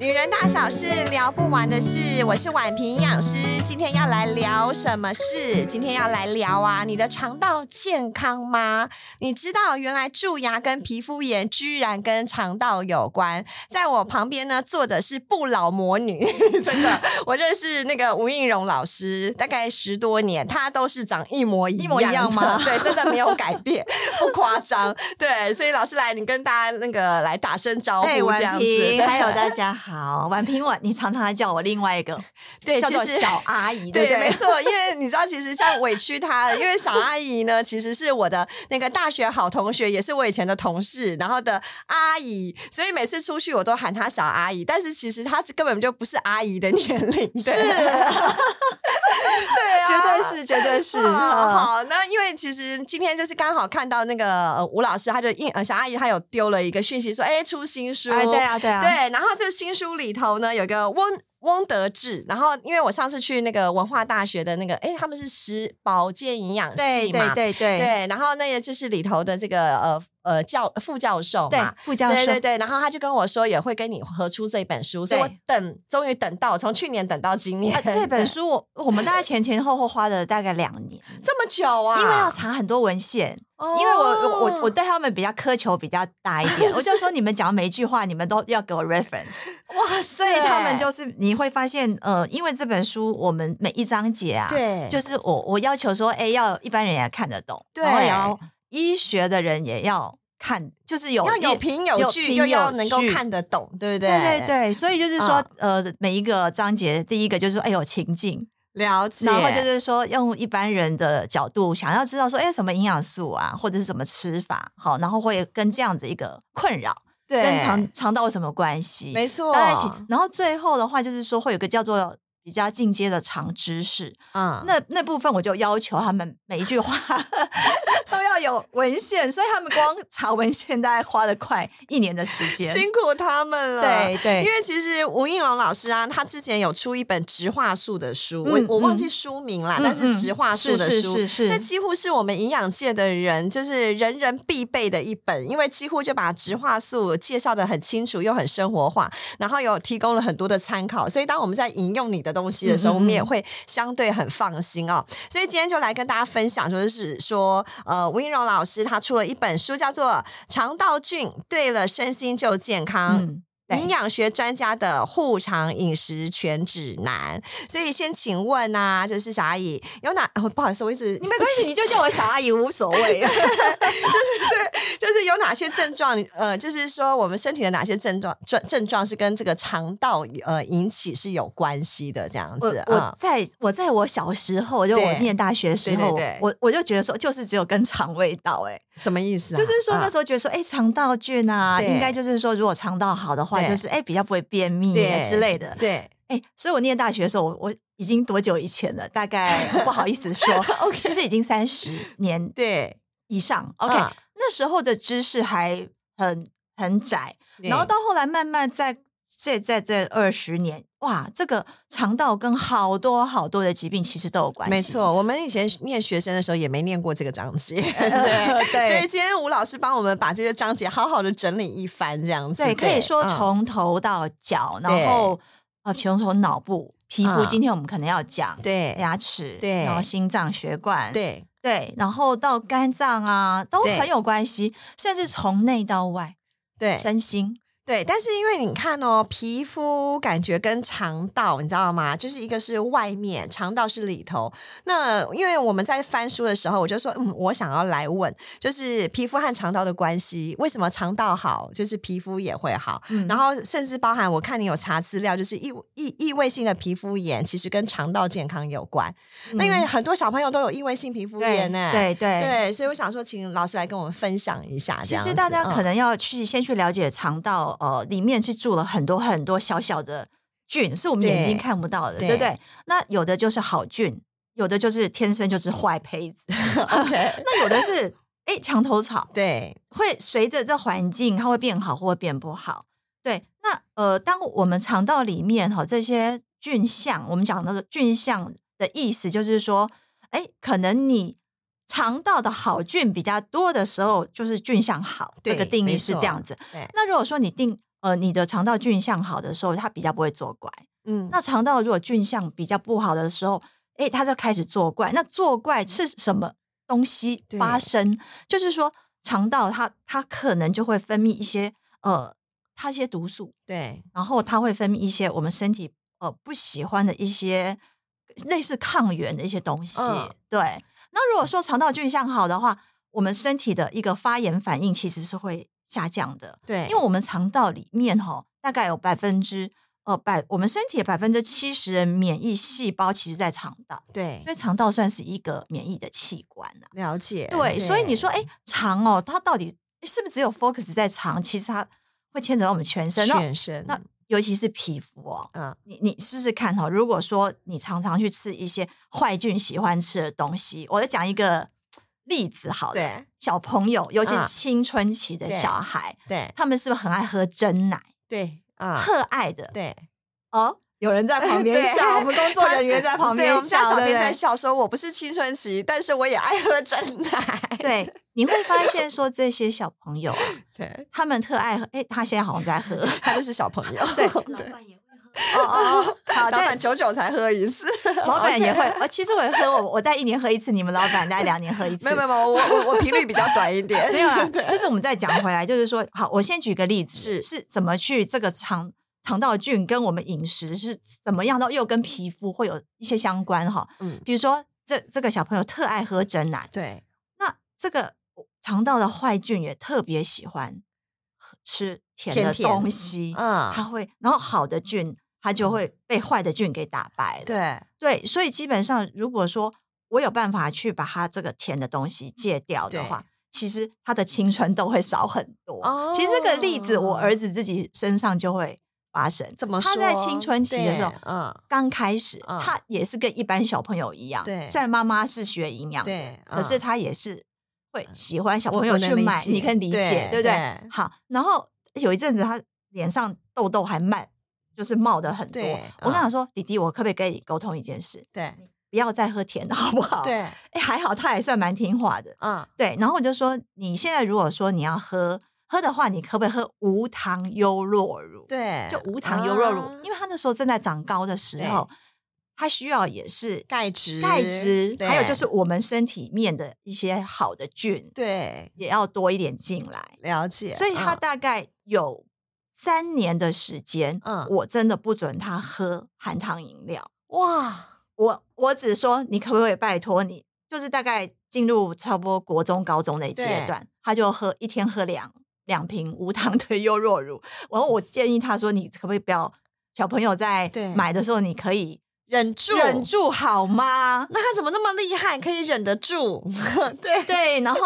人大小事聊不完的事，我是婉平营养师，今天要来聊什么事？今天要来聊啊，你的肠道健康吗？你知道原来蛀牙跟皮肤炎居然跟肠道有关。在我旁边呢，坐的是不老魔女， 真的，我认识那个吴映蓉老师大概十多年，她都是长一模一一模一样样的吗对，真的没有改变，不夸张。对，所以老师来，你跟大家那个来打声招 呼，哎，这婉样子。平，对还有大家好，婉平婉，你常常还叫我另外一个，对，叫哎其做实小 阿姨，对对不没对？错，因 为你知道，其实这样委屈她了，因为小阿姨呢，其实是我的那个大学好同学，也是我以前的同事，然后的阿姨，所以每次出去我都喊她小阿姨，但是其实她根本就不是阿姨的年龄，啊是， 绝对是，绝对是。好嗯好，那因为其实今天就是刚好看到那个呃吴老师，他就应呃小阿姨，她有丢了一个讯息说，哎，出新书，哎，对 啊，对啊，对，然后这个新书里头呢，有个翁翁德志，然后因为我上次去那个文化大学的那个，哎，他们是食保健营养对系对嘛，对对对然后那个就是里头的这个呃呃教副教授对嘛。，副教对授对，对，然后他就跟我说也会跟你合出这本书，所以我对等终于等到从去年等到今年、啊 这本书我我们大概前前后后花了大概两年，这么久啊，因为要查很多文献，哦因为我我我我对他们比较苛求比较大一 点，我就说你们讲每一句话，你们都要给我 reference，哇塞，所以他们就是你会发现，呃，因为这本书我们每一章节啊，对就是我我要求说，哎，要一般人也看得懂，对然后也要医学的人也要看，就是有要有凭有有据，凭又要有能够据看得懂，对不对？对对对，所以就是说，嗯呃，每一个章节，第一个就是说，哎，有情境，了解。然后就是说，用一般人的角度，想要知道说，哎，什么营养素啊，或者是什么吃法，好，然后会跟这样子一个困扰，对跟肠肠道有什么关系？没错，当然行，然后最后的话就是说，会有个叫做比较进阶的长知识，嗯，那那部分我就要求他们每一 句话都要有文献，所以他们光查文献大概花了快一年的时间。辛苦他们了。对对因为其实吴映蓉老师啊，他之前有出一本植化素的书，嗯我我嗯忘记书名啦，嗯但是嗯植化素的是是书是是那几乎是我们营养界的人就是人人必备的一本，因为几乎就把植化素介绍的很清楚又很生活化，然后有提供了很多的参考，所以当我们在引用你的东西的时候，嗯嗯嗯我们也会相对很放心哦。所以今天就来跟大家分享，就是说，呃，吴英荣老师他出了一本书，叫做《肠道菌对了身心就健康》。嗯，对营养学专家的护肠饮食全指南，所以先请问啊，就是小阿姨有哪、哦？不好意思，我一直你没关系，你就叫我小阿姨无所 谓。就是有哪些症状？呃，就是说我们身体的哪些症状症症状是跟这个肠道呃引起是有关系的这样我子我啊？在我在我小时候，就我对念大学的时对对候，对我我就觉得说，就是只有跟肠胃道、哎、什么意思啊？就是说那啊时候觉得说，哎、肠道菌啊，对应该就是说，如果肠道好的话，对就是哎、比较不会便秘啊对之类的。对哎、所以我念大学的时候，我我已经多久以前了？大概不好意思说 OK 其实已经三十年对以上。OK，、嗯那时候的知识还很很窄，对然后到后来慢慢在这在这二十年，哇，这个肠道跟好多好多的疾病其实都有关系。没， 错，我们以前念学生的时候也没念过这个章节， 对，对所以今天吴老师帮我们把这些章节好好的整理一番，这样子对，可以说嗯从头到脚，对然后呃，从从脑部、皮肤，嗯今天我们可能要讲。对牙齿，对然后心脏血管，对对，然后到肝脏啊，都嗯对很有关系，甚至从内到外，对身心。对，但是因为你看哦，皮肤感觉跟肠道，你知道吗？就是一个是外面，肠道是里头。那因为我们在翻书的时候，我就说，嗯，我想要来问，就是皮肤和肠道的关系，为什么肠道好，就是皮肤也会好？嗯然后甚至包含我看你有查资料，就是异异异位性的皮肤炎，其实跟肠道健康有关。那因为很多小朋友都有异位性皮肤炎呢、嗯对对对，所以我想说，请老师来跟我们分享一下。这其样实子大家嗯可能要去先去了解肠道，呃，里面去住了很多很多小小的菌，是我们眼睛对看不到的，对对不对？那有的就是好菌，有的就是天生就是坏胚子， OK，那有的是哎墙头草， 对。会随着这环境，它会变好或会变不好。对，那呃，当我们肠道里面哈这些菌相，我们讲那个菌相的意思就是说，哎，可能你肠道的好菌比较多的时候，就是菌相好，对这个定没义是错这样子对。那如果说你定呃你的肠道菌相好的时候，它比较不会作怪。嗯，那肠道如果菌相比较不好的时候，诶，它就开始作怪。那作怪是什么东西嗯对发生？就是说肠道它它可能就会分泌一些呃它一些毒素，对，然后它会分泌一些我们身体呃不喜欢的一些类似抗原的一些东西。嗯对，那如果说肠道菌相好的话，我们身体的一个发炎反应其实是会下降的。对，因为我们肠道里面哈、大概有百分之呃百，我们身体百分之七十的免疫细胞其实在肠道，对所以肠道算是一个免疫的器官啊。了解，对，所以你说，哎，肠哦，它到底诶是不是只有 focus 在肠？其实它会牵扯到我们全身，那全身，那尤其是皮肤哦。嗯，你你试试看哈、哦，如果说你常常去吃一些坏菌喜欢吃的东西，我再讲一个例子好了，对小朋友，尤其嗯是青春期的对小孩，对他们是不是很爱喝真奶？对 啊，特爱的对，哦，有人在旁边对笑，我们工作人员在旁对边我们家笑，小对编不在对笑说，我不是青春期，但是我也爱喝真 奶。对，你会发现说这些小朋友啊，对，他们特爱喝，哎，他现在好像在 喝，哦他就是小朋友，对对，也会喝。哦哦，好，老板对，久久才喝一次， 老板也会，哦，其实我也喝，我我在一年喝一次，你们老板大概两年喝一次，没有没有，没有我我我频率比较短一点， 没有啊 啦，就是我们再讲回来，就是说，好，我先举个例子，是是怎么去这个肠肠道菌跟我们饮食是怎么样到又跟皮肤会有一些相关哈，嗯比如说这这个小朋友特爱喝真奶，对，那这个肠道的坏菌也特别喜欢喝吃甜甜的甜东西，它嗯，会，然后好的菌它就会被坏的菌给打败了。对，对，所以基本上如果说我有办法去把它这个甜的东西戒掉的对话，其实他的青春痘会少很多。其实这个例子我哦儿子自己身上就会发生。怎么他在说青春期的时候对，嗯，刚开始，嗯他也是跟一般小朋友一样，对虽然妈妈是学营养的，对，可嗯是他也是会喜欢小我朋友我能去理买，你解可以理解，对对不对对？好，然后有一阵子他脸上痘痘还漫，就是冒的很多。对我跟他嗯说：“弟弟，我可不可以跟你沟通一件事？对不要再喝甜的，好不好？”，对，哎，还好他也算蛮听话的。嗯，对，然后我就说：“你现在如果说你要喝喝的话，你可不可以喝无糖优酪乳？对，就无糖优酪乳，啊因为他那时候正在长高的时对候，他需要也是钙质，钙质，还有对就是我们身体面的一些好的菌，对，也要多一点进来。了解，所以他嗯大概有三年的时间，嗯我真的不准他喝含糖饮料。哇，我我只说你可不可以拜托你，就是大概进入差不多国中、高中那一阶对段，他就喝一天喝两两瓶无糖的优酪乳。然后我建议他说，你可不可以不要小朋友在对买的时候，你可以忍住，忍住好吗？那他怎么那么厉害，可以忍得住？ 对，然后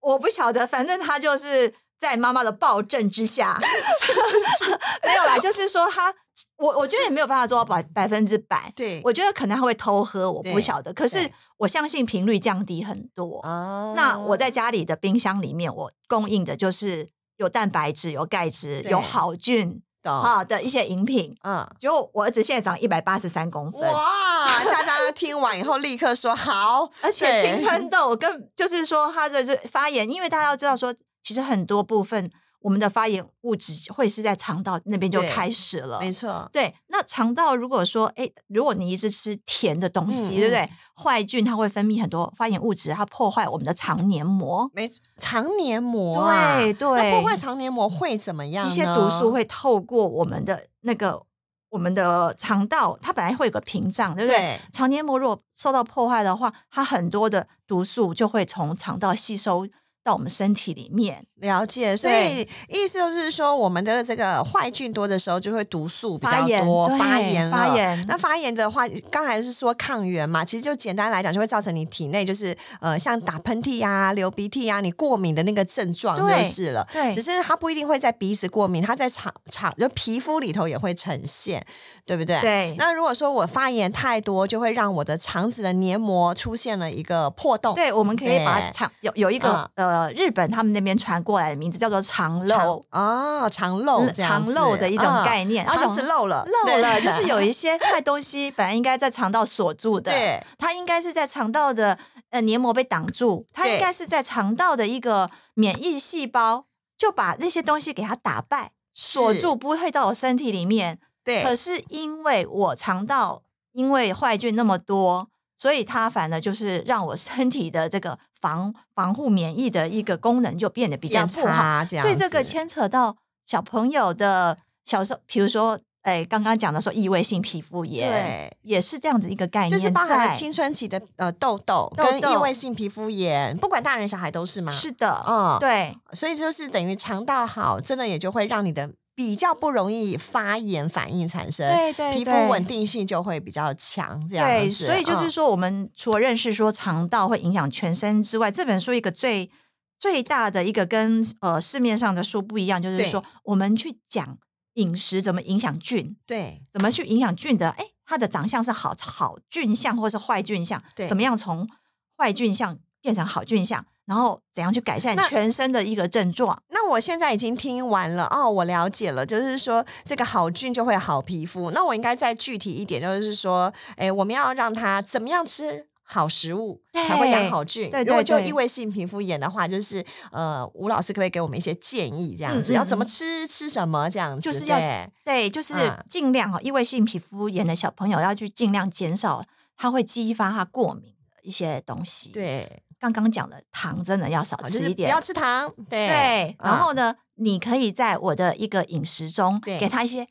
我不晓得，反正他就是在妈妈的暴政之下， 没有啦，就是说他，我我觉得也没有办法做到百百分之百。对我觉得可能他会偷喝，我不对晓得。可是对我相信频率降低很多。啊那我在家里的冰箱里面，我供应的就是有蛋白质、有钙质、对哦有好菌懂，啊的一些饮品。嗯。结果我儿子现在长一百八十三公分，哇！佳佳听完以后立刻说好，而且对青春痘跟就是说它的这发炎，因为大家要知道说，其实很多部分我们的发炎物质会是在肠道那边就对开始 了。没错，对，那肠道如果说，哎，如果你一直吃甜的东嗯西，对不对？坏菌它会分泌很多发炎物质，它破坏我们的肠黏膜，没肠黏膜啊，对那对，破坏肠黏膜会怎么样一呢？些毒素会透过我们的那个我们的肠道，它本来会有个屏障，对不对？对肠黏膜如果受到破坏的话，它很多的毒素就会从肠道吸收到我们身体里面。了解，所以对意思就是说，我们的这个坏菌多的时候，就会毒素比发较炎多，对发炎了，发炎那发炎的话，刚才是说抗原嘛，其实就简单来讲，就会造成你体内就是呃，像打喷嚏呀、流鼻涕呀、啊你过敏的那个症状对就是了。对只是它不一定会在鼻子过敏，它在肠肠就皮肤里头也会呈现，对不对？。对那如果说我发炎太多，就会让我的肠子的黏膜出现了一个破洞。对，我们可以把对嗯肠有有一个、呃，日本他们那边传过来的名字叫做肠肠漏，嗯哦，肠漏这样肠子，漏的一种嗯概念，那肠种子漏了，啊漏对 了，就是有一些坏东西本来应该在肠道锁住的，对它应该是在肠道的呃黏膜被挡住，它对应该是在肠道的一个免疫细胞就把那些东西给它打败，锁是住，不会到我身体里面。对，可是因为我肠道因为坏菌那么多，所以它反而就是让我身体的这个防防护免疫的一个功能就变得比较要不好。擦这样所子，以这个牵扯到小朋友的小时候，比如说，哎，刚刚讲的说异位性皮肤炎，对。也是这样子一个概念在，就是包含了青春期的呃痘痘痘跟痘异位性皮肤炎，不管大人小孩都是吗？，是的，嗯，对，所以就是等于肠道好，真的也就会让你的比较不容易发炎反应产生，对对皮肤对稳定性就会比较强，这样子。对，所以就是嗯说，我们除了认识说肠道会影响全身之外，这本书一个最最大的一个跟呃市面上的书不一样，就是对说我们去讲饮食怎么影响菌，对怎么去影响菌的，哎，它的长相是好好菌相或是坏菌相对，怎么样从坏菌相变成好菌相，然后怎样去改善那全身的一个症状。那我现在已经听完了哦，我了解了，就是说这个好菌就会好皮肤。那我应该再具体一点，就是说，哎，我们要让它怎么样吃好食物对才会养好菌。对对如果就对异位性皮肤炎的话，就是呃，吴老师可不可以给我们一些建议，这样子、嗯嗯要怎么吃，吃什么这样子？就是要对对，就是嗯尽量哦，异位性皮肤炎的小朋友要去尽量减少，它会激发他过敏的一些东西。。对，刚刚讲的糖真的要少哦就吃是一不点，要吃糖。对对。啊嗯然后呢，你可以在我的一个饮食中对给它一些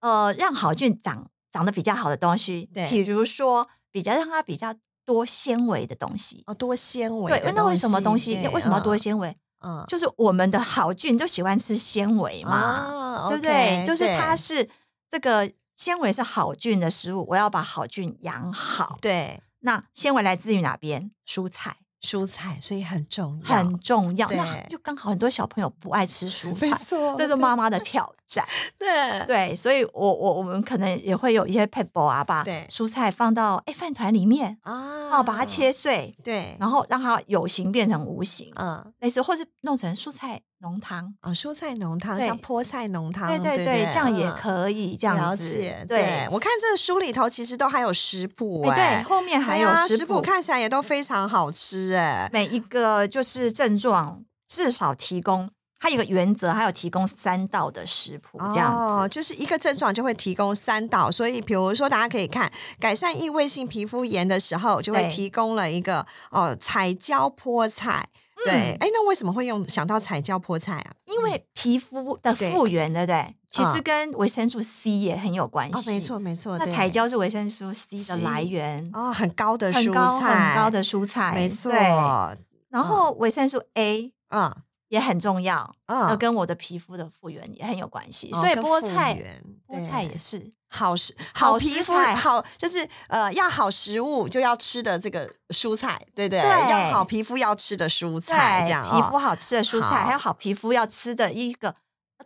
呃，让好菌长长得比较好的东西，对比如说比较让它比较多纤维的东西。哦，多纤维的东对西。，那为什么东西对为什么要多？嗯纤维？嗯，就是我们的好菌就喜欢吃纤维嘛，啊对不 OK，对？就是对它是这个纤维是好菌的食物，我要把好菌养好。对那纤维来自于哪边？蔬菜。蔬菜，所以很重要。很重要。那对就刚好很多小朋友不 爱吃蔬没菜，错，这是妈妈的挑 战。对对，所以我我我们可能也会有一些 p e b l 啊，把对蔬菜放到哎饭团里面，啊，然后把它切碎，对，然后让它有形变成无形，嗯类似或是弄成蔬菜浓汤。啊，蔬菜浓汤对像菠菜浓汤，对对对对，不这样也嗯可以，这了样子解。对。哎我看这个书里头其实都还有食谱，哎，对，哎，后面还有对啊食谱，嗯看起来也都非常好吃，哎，每一个就是症状至少提供，它有一个原则，还有提供三道的食谱这样子。哦，就是一个症状就会提供三道，所以比如说大家可以看改善异位性皮肤炎的时候，就会对提供了一个哦彩椒菠菜。嗯对，哎、那为什么会用想到彩椒菠菜啊？因为皮肤的对复原，对不对？其嗯实跟维生素 C 也很有关系。哦，没错。没错，那对彩椒是维生素 C 的 C 来源，哦，很高的很蔬高菜，很高的蔬菜，没错，对嗯然后维生素 A 嗯也很重要，要嗯，跟我的皮肤的复原也很有关系。哦呃所以跟菠复菜，原菠菜对也是好食好皮食肤材好，就是呃要好食物就要吃的这个蔬菜，对不对？对要好皮肤要吃的蔬菜，对这样皮肤哦好吃的蔬菜，好还有好皮肤要吃的一个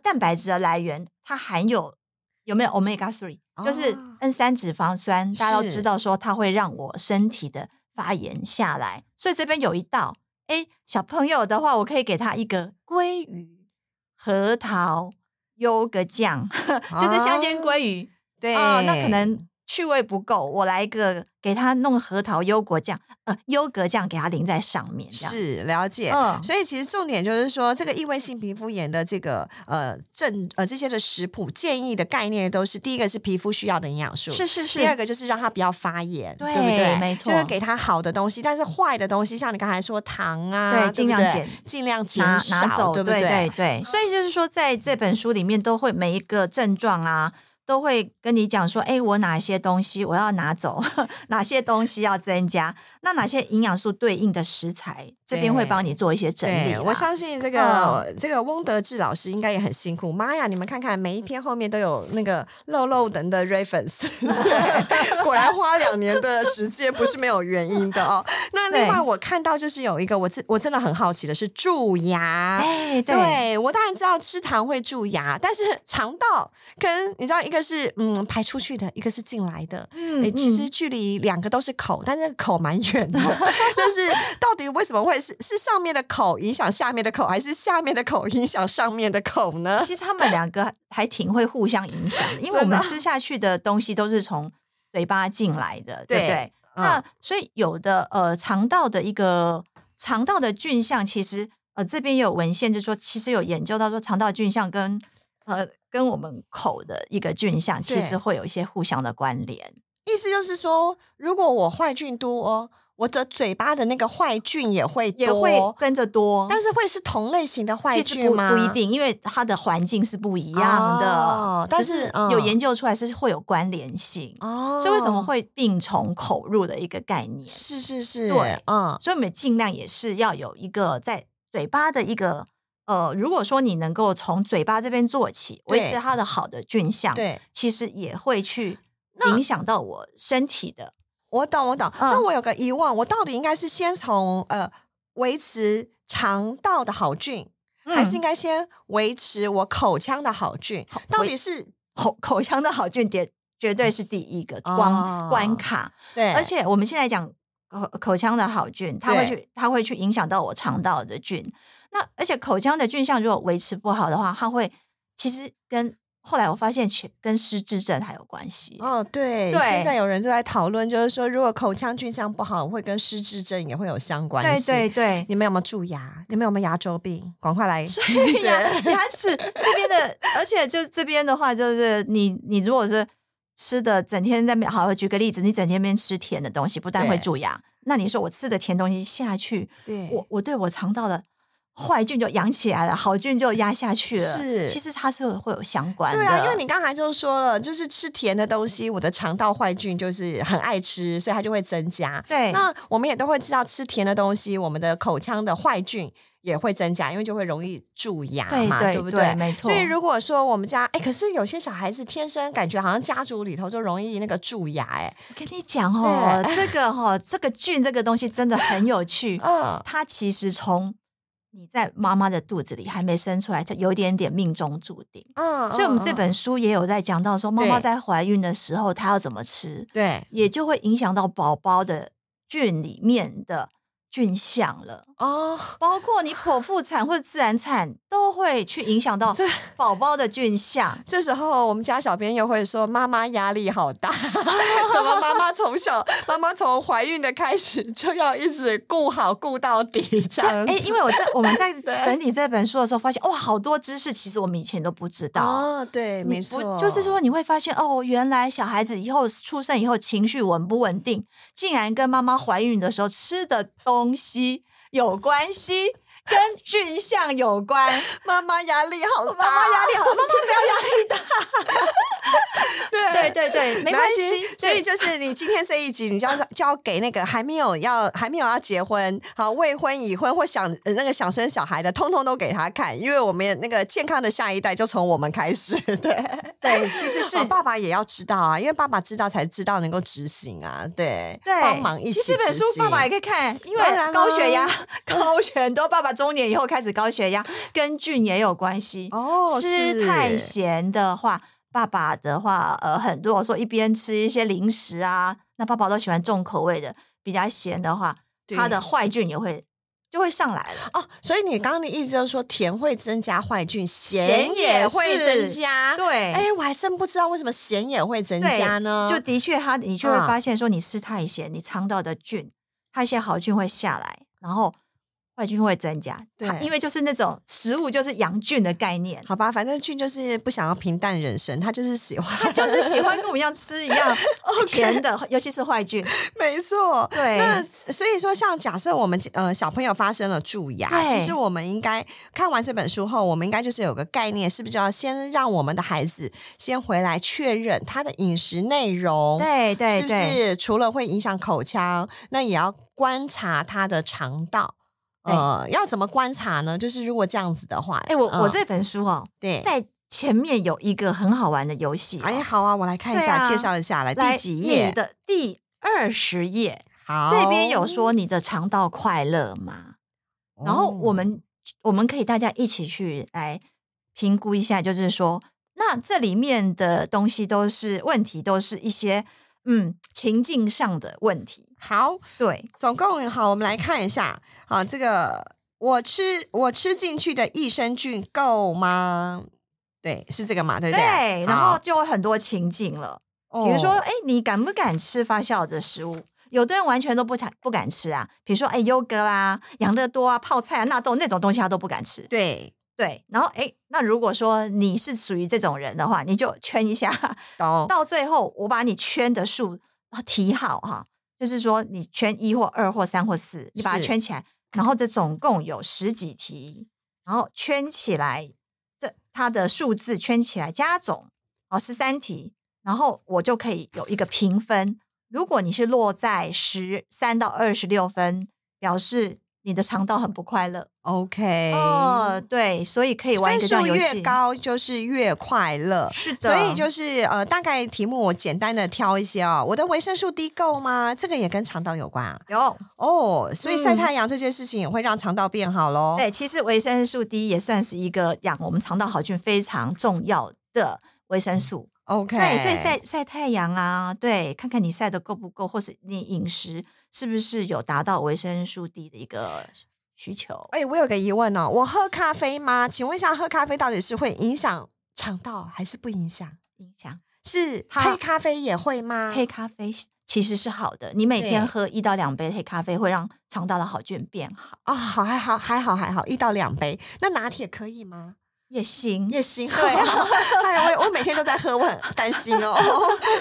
蛋白质的来源，它含有有没有 omega three，、就是哦 N 三脂肪酸，大家都是知道说它会让我身体的发炎下来，所以这边有一道，哎，小朋友的话，我可以给他一个鲑鱼、核桃、优格酱， 就是香煎鲑鱼，对哦，那可能趣味不够，我来一个给他弄核桃优果酱，呃，优格酱给它淋在上面，这样。是了解。嗯所以其实重点就是说，这个异位性皮肤炎的这个呃症呃这些的食谱建议的概念都是，第一个是皮肤需要的营养素，是是是，第二个就是让它不要发炎，对对不对？没错就是给它好的东西，但是坏的东西，像你刚才说糖啊，对不尽量减尽量减拿少，拿走，对不对对？对所以就是说，在这本书里面都会每一个症状啊，都会跟你讲说，哎，我哪些东西我要拿走， 哪些东西要增加，那哪些营养素对应的食材，这边会帮你做一些整理啊嗯啦。我相信这个、这个翁德志老师应该也很辛苦。妈呀，你们看看每一篇后面都有那个漏漏等的 reference，对果然花两年的时间不是没有原因的哦。那另外对我看到就是有一个我真我真的很好奇的是蛀牙，哎，对对我当然知道吃糖会蛀牙，但是肠道跟你知道，一个是嗯排出去的，一个是进来的。嗯，其实距离两个都是口，但是口蛮远的。 就是到底为什么会是是上面的口影响下面的口，还是下面的口影响上面的口 呢？其实他们两个还挺会互相影响 的，因为我真的们吃下去的东西都是从嘴巴进来 的，对不对对？嗯那所以有的呃肠道的一个肠道的菌相，其实呃这边也有文献就说，其实有研究到说肠道菌相跟呃跟我们口的一个菌相其实对会有一些互相的关联。意思就是说，如果我坏菌多，我的嘴巴的那个坏菌也会多哦也会跟着多，但是会是同类型的坏其实菌不吗？不一定，因为它的环境是不一样的，哦但只是是嗯有研究出来是会有关联性，哦，所以为什么会病从口入的一个概念？是是是，对嗯，所以我们尽量也是要有一个在嘴巴的一个呃，如果说你能够从嘴巴这边做起，对维持它的好的菌相，对，其实也会去影响到我身体的。我懂我懂。嗯那我有个疑问，我到底应该是先从呃维持肠道的好菌，还嗯是应该先维持我口腔的好菌？到底是口口腔的好菌点绝对是第一个关、哦关卡，对，而且我们现在讲口口腔的好菌，它会对去它会去影响到我肠道的菌。那而且口腔的菌相如果维持不好的话，它会其实跟后来我发现全跟失智症还有关系。哦，对，对现在有人就在讨论，就是说，如果口腔菌相不好，会跟失智症也会有相关对系。对对，你们有没有蛀牙？你们有没有牙周病？赶快来！对牙牙齿这边的，而且就这边的话，就是你你如果是吃的整天在那边，好，我举个例子，你整天在那边吃甜的东西，不但会对蛀牙，那你说我吃的甜东西下去，对我我对我肠道的坏菌就养起来了，好菌就压下去了。是其实它是会有相关的。对啊，因为你刚才就说了，就是吃甜的东西，我的肠道坏菌就是很爱吃，所以它就会增加。对那我们也都会知道，吃甜的东西，我们的口腔的坏菌也会增加，因为就会容易蛀牙嘛，对对不对没所错以如果说我们家，哎，可是有些小孩子天生感觉好像家族里头就容易那个蛀牙，哎，我跟你讲哦，这个哦，这个菌这个东西真的很有 趣。嗯，它其实从你在妈妈的肚子里还没生出来，就有一点点命中注定。嗯，所以，我们嗯这嗯本书也有在讲到说，妈妈对在怀孕的时候，她要怎么吃，对也就会影响到宝宝的菌里面的菌相了。哦，包括你剖腹产或自然产，都会去影响到 宝宝的 菌相。这时候我们家小编又会说：“妈妈压力好大， 怎么妈妈从小，妈妈从怀孕的开始就要一直顾好顾到底这样子。哎，因为我在我们在对整理这本书的时候，发现哇，好多知识其实我们以前都不知道。哦，对，你没不错，就是说你会发现哦，原来小孩子以后出生以后情绪稳不稳定，竟然跟妈妈怀孕的时候吃的东西有关系，跟菌相有关。妈妈压力好大，妈妈压力好，妈妈不要压力大。对对。”对对，没关关系。所以对就是你今天这一集，你就要 就要给那个还没有要还没有要结婚、好未婚、已婚或想呃那个想生小孩的，通通都给他看，因为我们那个健康的下一代就从我们开始。 对，对，其实是哦爸爸也要知道啊，因为爸爸知道才知道能够执行啊，对，对，帮忙一起其实这本执书行爸爸也可以看，因当然啊为高血压、 高血很多爸爸中年以后开始高血压，跟菌也有关系。哦吃是太咸的话，爸爸的话，呃，很多我说一边吃一些零食啊，那爸爸都喜欢重口味的，比较咸的话，对他的坏菌也会就会上来了。哦，所以你刚刚的意思就是说，甜会增加坏菌，咸咸也也是会增加。，对，哎，我还真不知道为什么咸也会增对加呢？就的确它，你就会嗯发现说，你吃太咸，你肠道的菌，它一些好菌会下来，然后坏菌会增加。它对因为就是那种食物就是养菌的概念，好吧，反正菌就是不想要平淡人生，他就是喜欢， 它就是喜欢跟我们一样吃一样甜的，尤其是坏菌。没错，对那所以说，像假设我们呃小朋友发生了蛀牙，对其实我们应该看完这本书后，我们应该就是有个概念，是不是就要先让我们的孩子先回来确认他的饮食内容，对对是不对，是除了会影响口腔，那也要观察他的肠道。对呃，要怎么观察呢？就是如果这样子的话，哎，我嗯我这本书哦，对，在前面有一个很好玩的游戏哦，哎好啊，我来看一对下，啊介绍一下，来来第几你页？的第二十页，好，这边有说你的肠道快乐吗？哦，然后我们、我们可以大家一起去来评估一下，就是说，那这里面的东西都是问题，都是一些嗯情境上的问题。好，对，总共好，我们来看一下，好，这个我吃我吃进去的益生菌够吗？对，是这个嘛，对不哦对？然后就有很多情境了，后比如说，哎、你敢不敢吃发酵的食物？有的人完全都不敢不啊敢吃啊，比如说哎优格啦、养乐多啊、泡菜啊、纳豆那种东西他都不敢吃。对对，然后诶，那如果说你是属于这种人的话，你就圈一下，懂到最后我把你圈的数啊提好哈、就是说你圈一或二或三或四，你把它是圈起来，然后这总共有十几题，然后圈起来，这它的数字圈起来加总，哦，十三题，然后我就可以有一个评分。如果你是落在十三到二十六分，表示你的肠道很不快乐。 ？OK，哦，对，所以可以玩一分个这样数游戏。越高就是越快乐。是的，所以就是呃，大概题目我简单的挑一些哦。我的维生素 D 够吗？这个也跟肠道有关啊。有哦，所以晒嗯太阳这件事情也会让肠道变好喽。对，其实维生素 D 也算是一个养我们肠道好菌非常重要的维生素。 ，OK，对，所以晒晒太阳啊，对，看看你晒的够不够，或是你饮食是不是有达到维生素 D 的一个需求。哎、我有个疑问哦，我喝咖啡吗？请问一下，喝咖啡到底是会影响肠道还是不影响？影响是它黑咖啡也会吗？黑咖啡是其实是好的，你每天啊对喝一到两杯黑咖啡会让肠道的好菌变好。哦，好，还好，还好，还好，一到两杯。那拿铁可以吗？也行，也行，对啊 哎，我我每天都在喝，我很担心哦。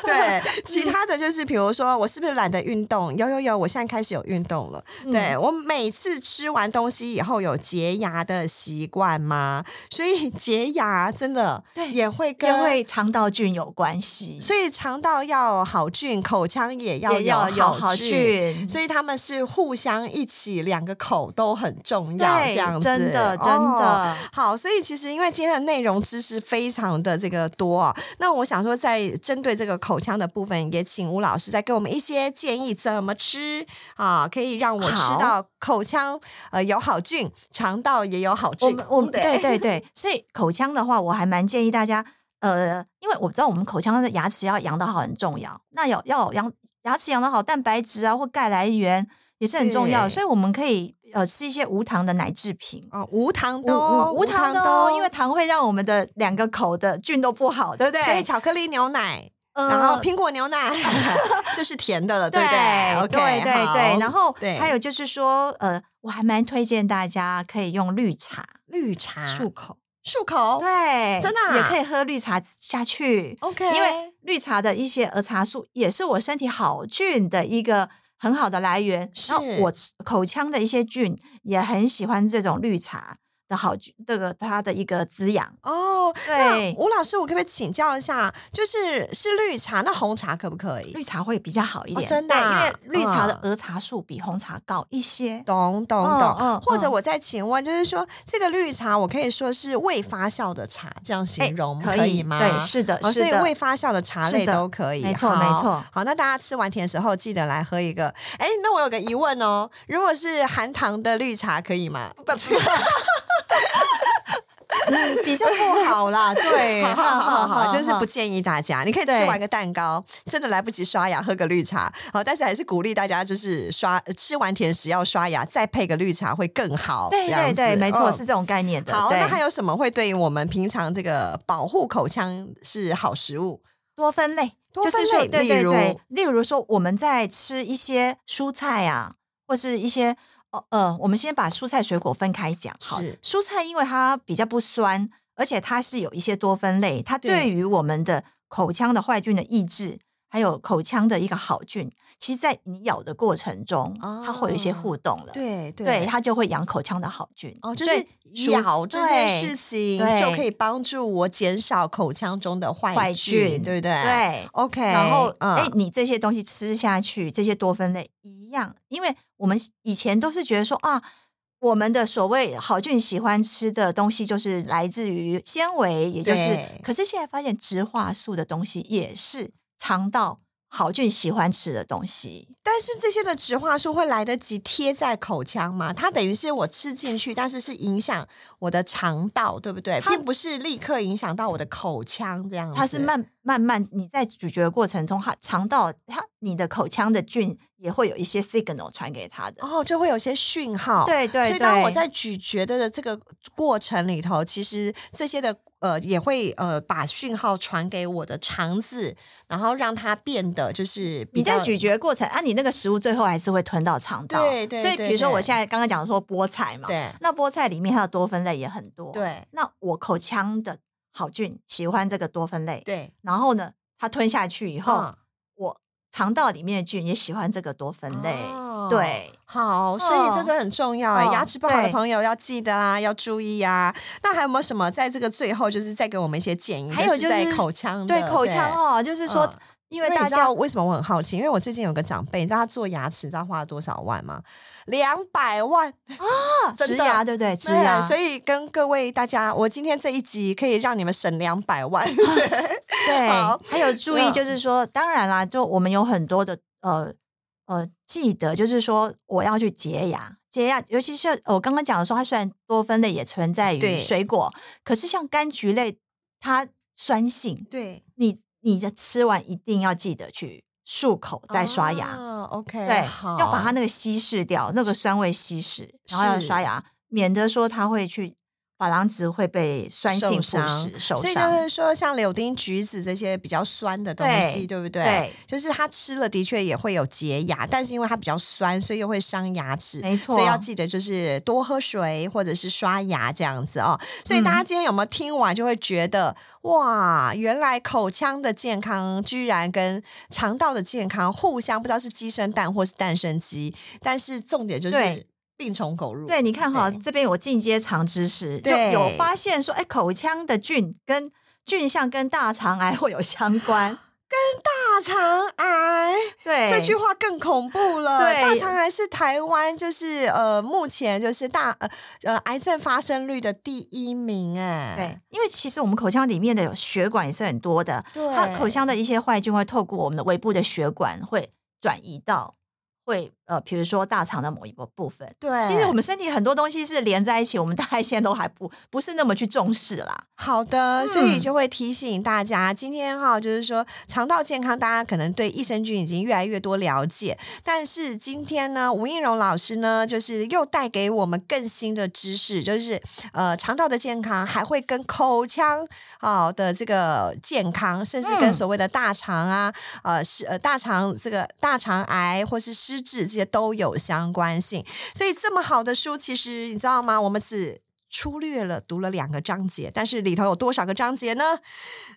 对， 其他的就是比如说，我是不是懒得运动？有有有，我现在开始有运动了。嗯对我每次吃完东西以后有洁牙的习惯吗？所以洁牙真的对也会跟跟胃肠道菌有关系，所以肠道要好菌，口腔也要也要有好好菌。所以他们是互相一起，两个口都很重要，对这样子真的真哦的好，所以其实因为今天的内容知识非常的这个多啊，那我想说，在针对这个口腔的部分，也请吴老师再给我们一些建议，怎么吃啊，可以让我吃好到口腔呃有好菌，肠道也有好菌。我们我们对对对对，所以口腔的话，我还蛮建议大家，呃，因为我知道我们口腔的牙齿要养得好很重要，那有要有养牙齿养得好，蛋白质啊或钙来源也是很重要，对所以我们可以呃吃一些无糖的奶制品。哦，无糖无的哦，无糖的哦，因为糖会让我们的两个口的菌都不好，对不对？所以巧克力牛奶。呃然后苹果牛奶 就是甜的了，对不对？OK，对对好对，然后对还有就是说，呃，我还蛮推荐大家可以用绿茶绿茶漱口，漱口，对，真的啊也可以喝绿茶下去。 ，OK，因为绿茶的一些儿茶素也是我身体好菌的一个很好的来源。是那我吃口腔的一些菌也很喜欢这种绿茶的好菌，这个它的一个滋养。哦，那对吴老师，我可不可以请教一下，就是是绿茶，那红茶可不可以？绿茶会比较好一哦点，真的啊对，因为绿茶的嗯儿茶素比红茶高一些。懂懂嗯懂，嗯或者嗯我再请问，就是说这个绿茶，我可以说是未发酵的茶，这样哎形容可以吗？对，是的，哦，是所以的，未发酵的茶类是的都可以，没错好没错。好，那大家吃完甜食后记得来喝一个。哎，那我有个疑问哦，如果是含糖的绿茶可以吗？不不，比较不好 啦。对， 好好好好 好，哈就是哈不建议大家。你可以吃对完个蛋糕，真的来不及刷牙，喝个绿茶。好，但是还是鼓励大家，就是刷吃完甜食要刷牙，再配个绿茶会更好。对这样对子对，没错，嗯是这种概念的。好，对那还有什么会对于我们平常这个保护口腔是好食物？多分类，多就是分说类对例对如对，例如说我们在吃一些蔬菜啊，或是一些呃呃，我们先把蔬菜水果分开讲。好是蔬菜因为它比较不酸，而且它是有一些多酚类，它对对于我们的口腔的坏菌的抑制，还有口腔的一个好菌，其实，在你咬的过程中，它会有一些哦互动了。对对对，它就会养口腔的好菌。哦，就所以是蔬咬这件对事情对就可以帮助我减少口腔中的坏坏菌，菌对不对？对。 ，OK。然后，哎、嗯，你这些东西吃下去，这些多酚类一样，因为我们以前都是觉得说啊，我们的所谓好菌喜欢吃的东西就是来自于纤维，也就是对，可是现在发现植化素的东西也是肠道好菌喜欢吃的东西。但是这些的植化素会来得及贴在口腔吗？它等于是我吃进去，但是是影响我的肠道，对不对？它并不是立刻影响到我的口腔这样子。它是慢慢慢，你在咀嚼的过程中，它肠道它你的口腔的菌也会有一些 signal 传给它的。哦，就会有些讯号。对对所以当我对在咀嚼的这个过程里头，其实这些的呃也会呃把讯号传给我的肠子，然后让它变得就是比你较在咀嚼过程啊，你那个食物最后还是会吞到肠道。对对所以对比如说对我现在刚刚讲说菠菜嘛，对那菠菜里面它的多酚类也很多。，对那我口腔的好菌喜欢这个多酚类，对然后呢，它吞下去以后，嗯我肠道里面的菌也喜欢这个多酚类。哦对，好，所以这真的很重要哎、哦牙齿不好的对朋友要记得啦，要注意啊。那还有没有什么在这个最后，就是再给我们一些建议？还有就是在口腔的，对口腔哦，就是说，嗯因因为为大大家家为什么我很好奇？因为我最近有个长辈，你知道他做牙齿，你知道花了多少万吗？两百万啊！真植的牙对不对？植对牙，所以跟各位大家，我今天这一集可以让你们省两百万。 对对好，还有注意嗯就是说，当然啦，就我们有很多的呃呃，记得就是说我要去洁牙，洁牙，尤其是呃我刚刚讲的说，它虽然多酚类也存在于对水果，可是像柑橘类，它酸性，对，你你在吃完一定要记得去漱口再刷牙，啊 OK，对，好，要把它那个稀释掉，那个酸味稀释，然后要是刷牙，免得说它会去珐琅质会被酸受性腐伤蚀受所以伤。就是说，像柳丁、橘子这些比较酸的东西，对对不对？对，就是它吃了的确也会有洁牙，但是因为它比较酸，所以又会伤牙齿。没错所以要记得就是多喝水或者是刷牙这样子哦。所以大嗯家今天有没有听完就会觉得、哇，原来口腔的健康居然跟肠道的健康互相不知道是鸡生蛋或是蛋生鸡，但是重点就是对病从口入。对，你看哈，对这边有进阶长知识，就对有发现说，哎，口腔的菌跟菌相跟大肠癌会有相关。 大肠癌。对，这句话更恐怖了。哎对大肠癌是台湾就是呃，目前就是大呃呃癌症发生率的第一名对哎。，因为其实我们口腔里面的血管也是很多的，对它口腔的一些坏菌会透过我们的胃部的血管会转移到。会呃，比如说大肠的某一个部分，对其实我们身体很多东西是连在一起，我们大家现在都还不不是那么去重视啦。好的，所以就会提醒大家，今天哈、就是说肠道健康，大家可能对益生菌已经越来越多了解，但是今天呢，吴应荣老师呢，就是又带给我们更新的知识，就是呃肠道的健康，还会跟口腔啊、的这个健康，甚至跟嗯所谓的大肠啊、呃是呃大肠这个大肠癌或是失智这些都有相关性。所以这么好的书，其实你知道吗？我们只粗略了读了两个章节，但是里头有多少个章节呢？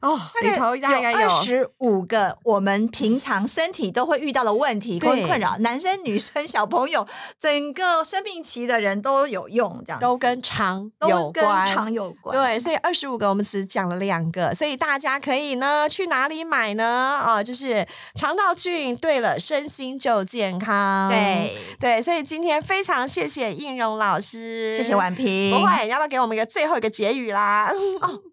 哦，里头大概二有。十五个我们平常身体都会遇到的问题对跟困扰，男生、女生、小朋友，整个生命期的人都有用，这样子都跟肠有都跟关，肠有关。对，所以二十五个我们只讲了两个，所以大家可以呢去哪里买呢？啊，就是肠道菌。对了，身心就健康。对，对，所以今天非常谢谢应荣老师，谢谢婉平。不会，要不要给我们一个最后一个结语啦？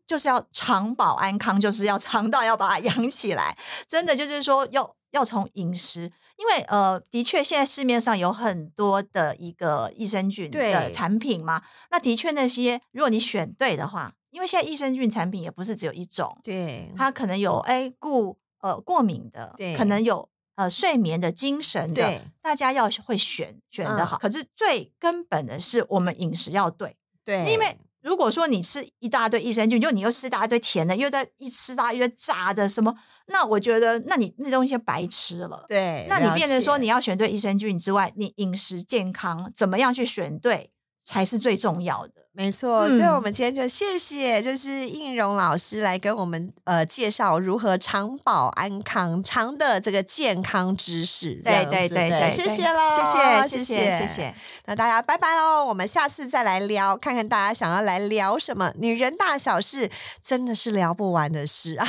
就是要长保安康，就是要肠道要把它养起来。真的就是说要要从饮食，因为呃，的确现在市面上有很多的一个益生菌对的产品嘛。那的确那些，如果你选对的话，因为现在益生菌产品也不是只有一种，对，它可能有哎顾呃过敏的对，可能有呃睡眠的、精神的对，嗯大家要会选选的好。可是最根本的是我们饮食要对。对，因为如果说你吃一大堆益生菌，就你又吃一大堆甜的，又在一吃大堆炸的什么，那我觉得，那你那东西就白吃了。对，那你了变成说解你要选对益生菌之外，你饮食健康怎么样去选对才是最重要的。没错，嗯所以我们今天就谢谢，就是应荣老师来跟我们呃介绍如何长保安康、长的这个健康知识。这样子谢谢喽，谢谢谢谢谢谢谢。那大家拜拜喽，我们下次再来聊，看看大家想要来聊什么。女人大小事真的是聊不完的事啊。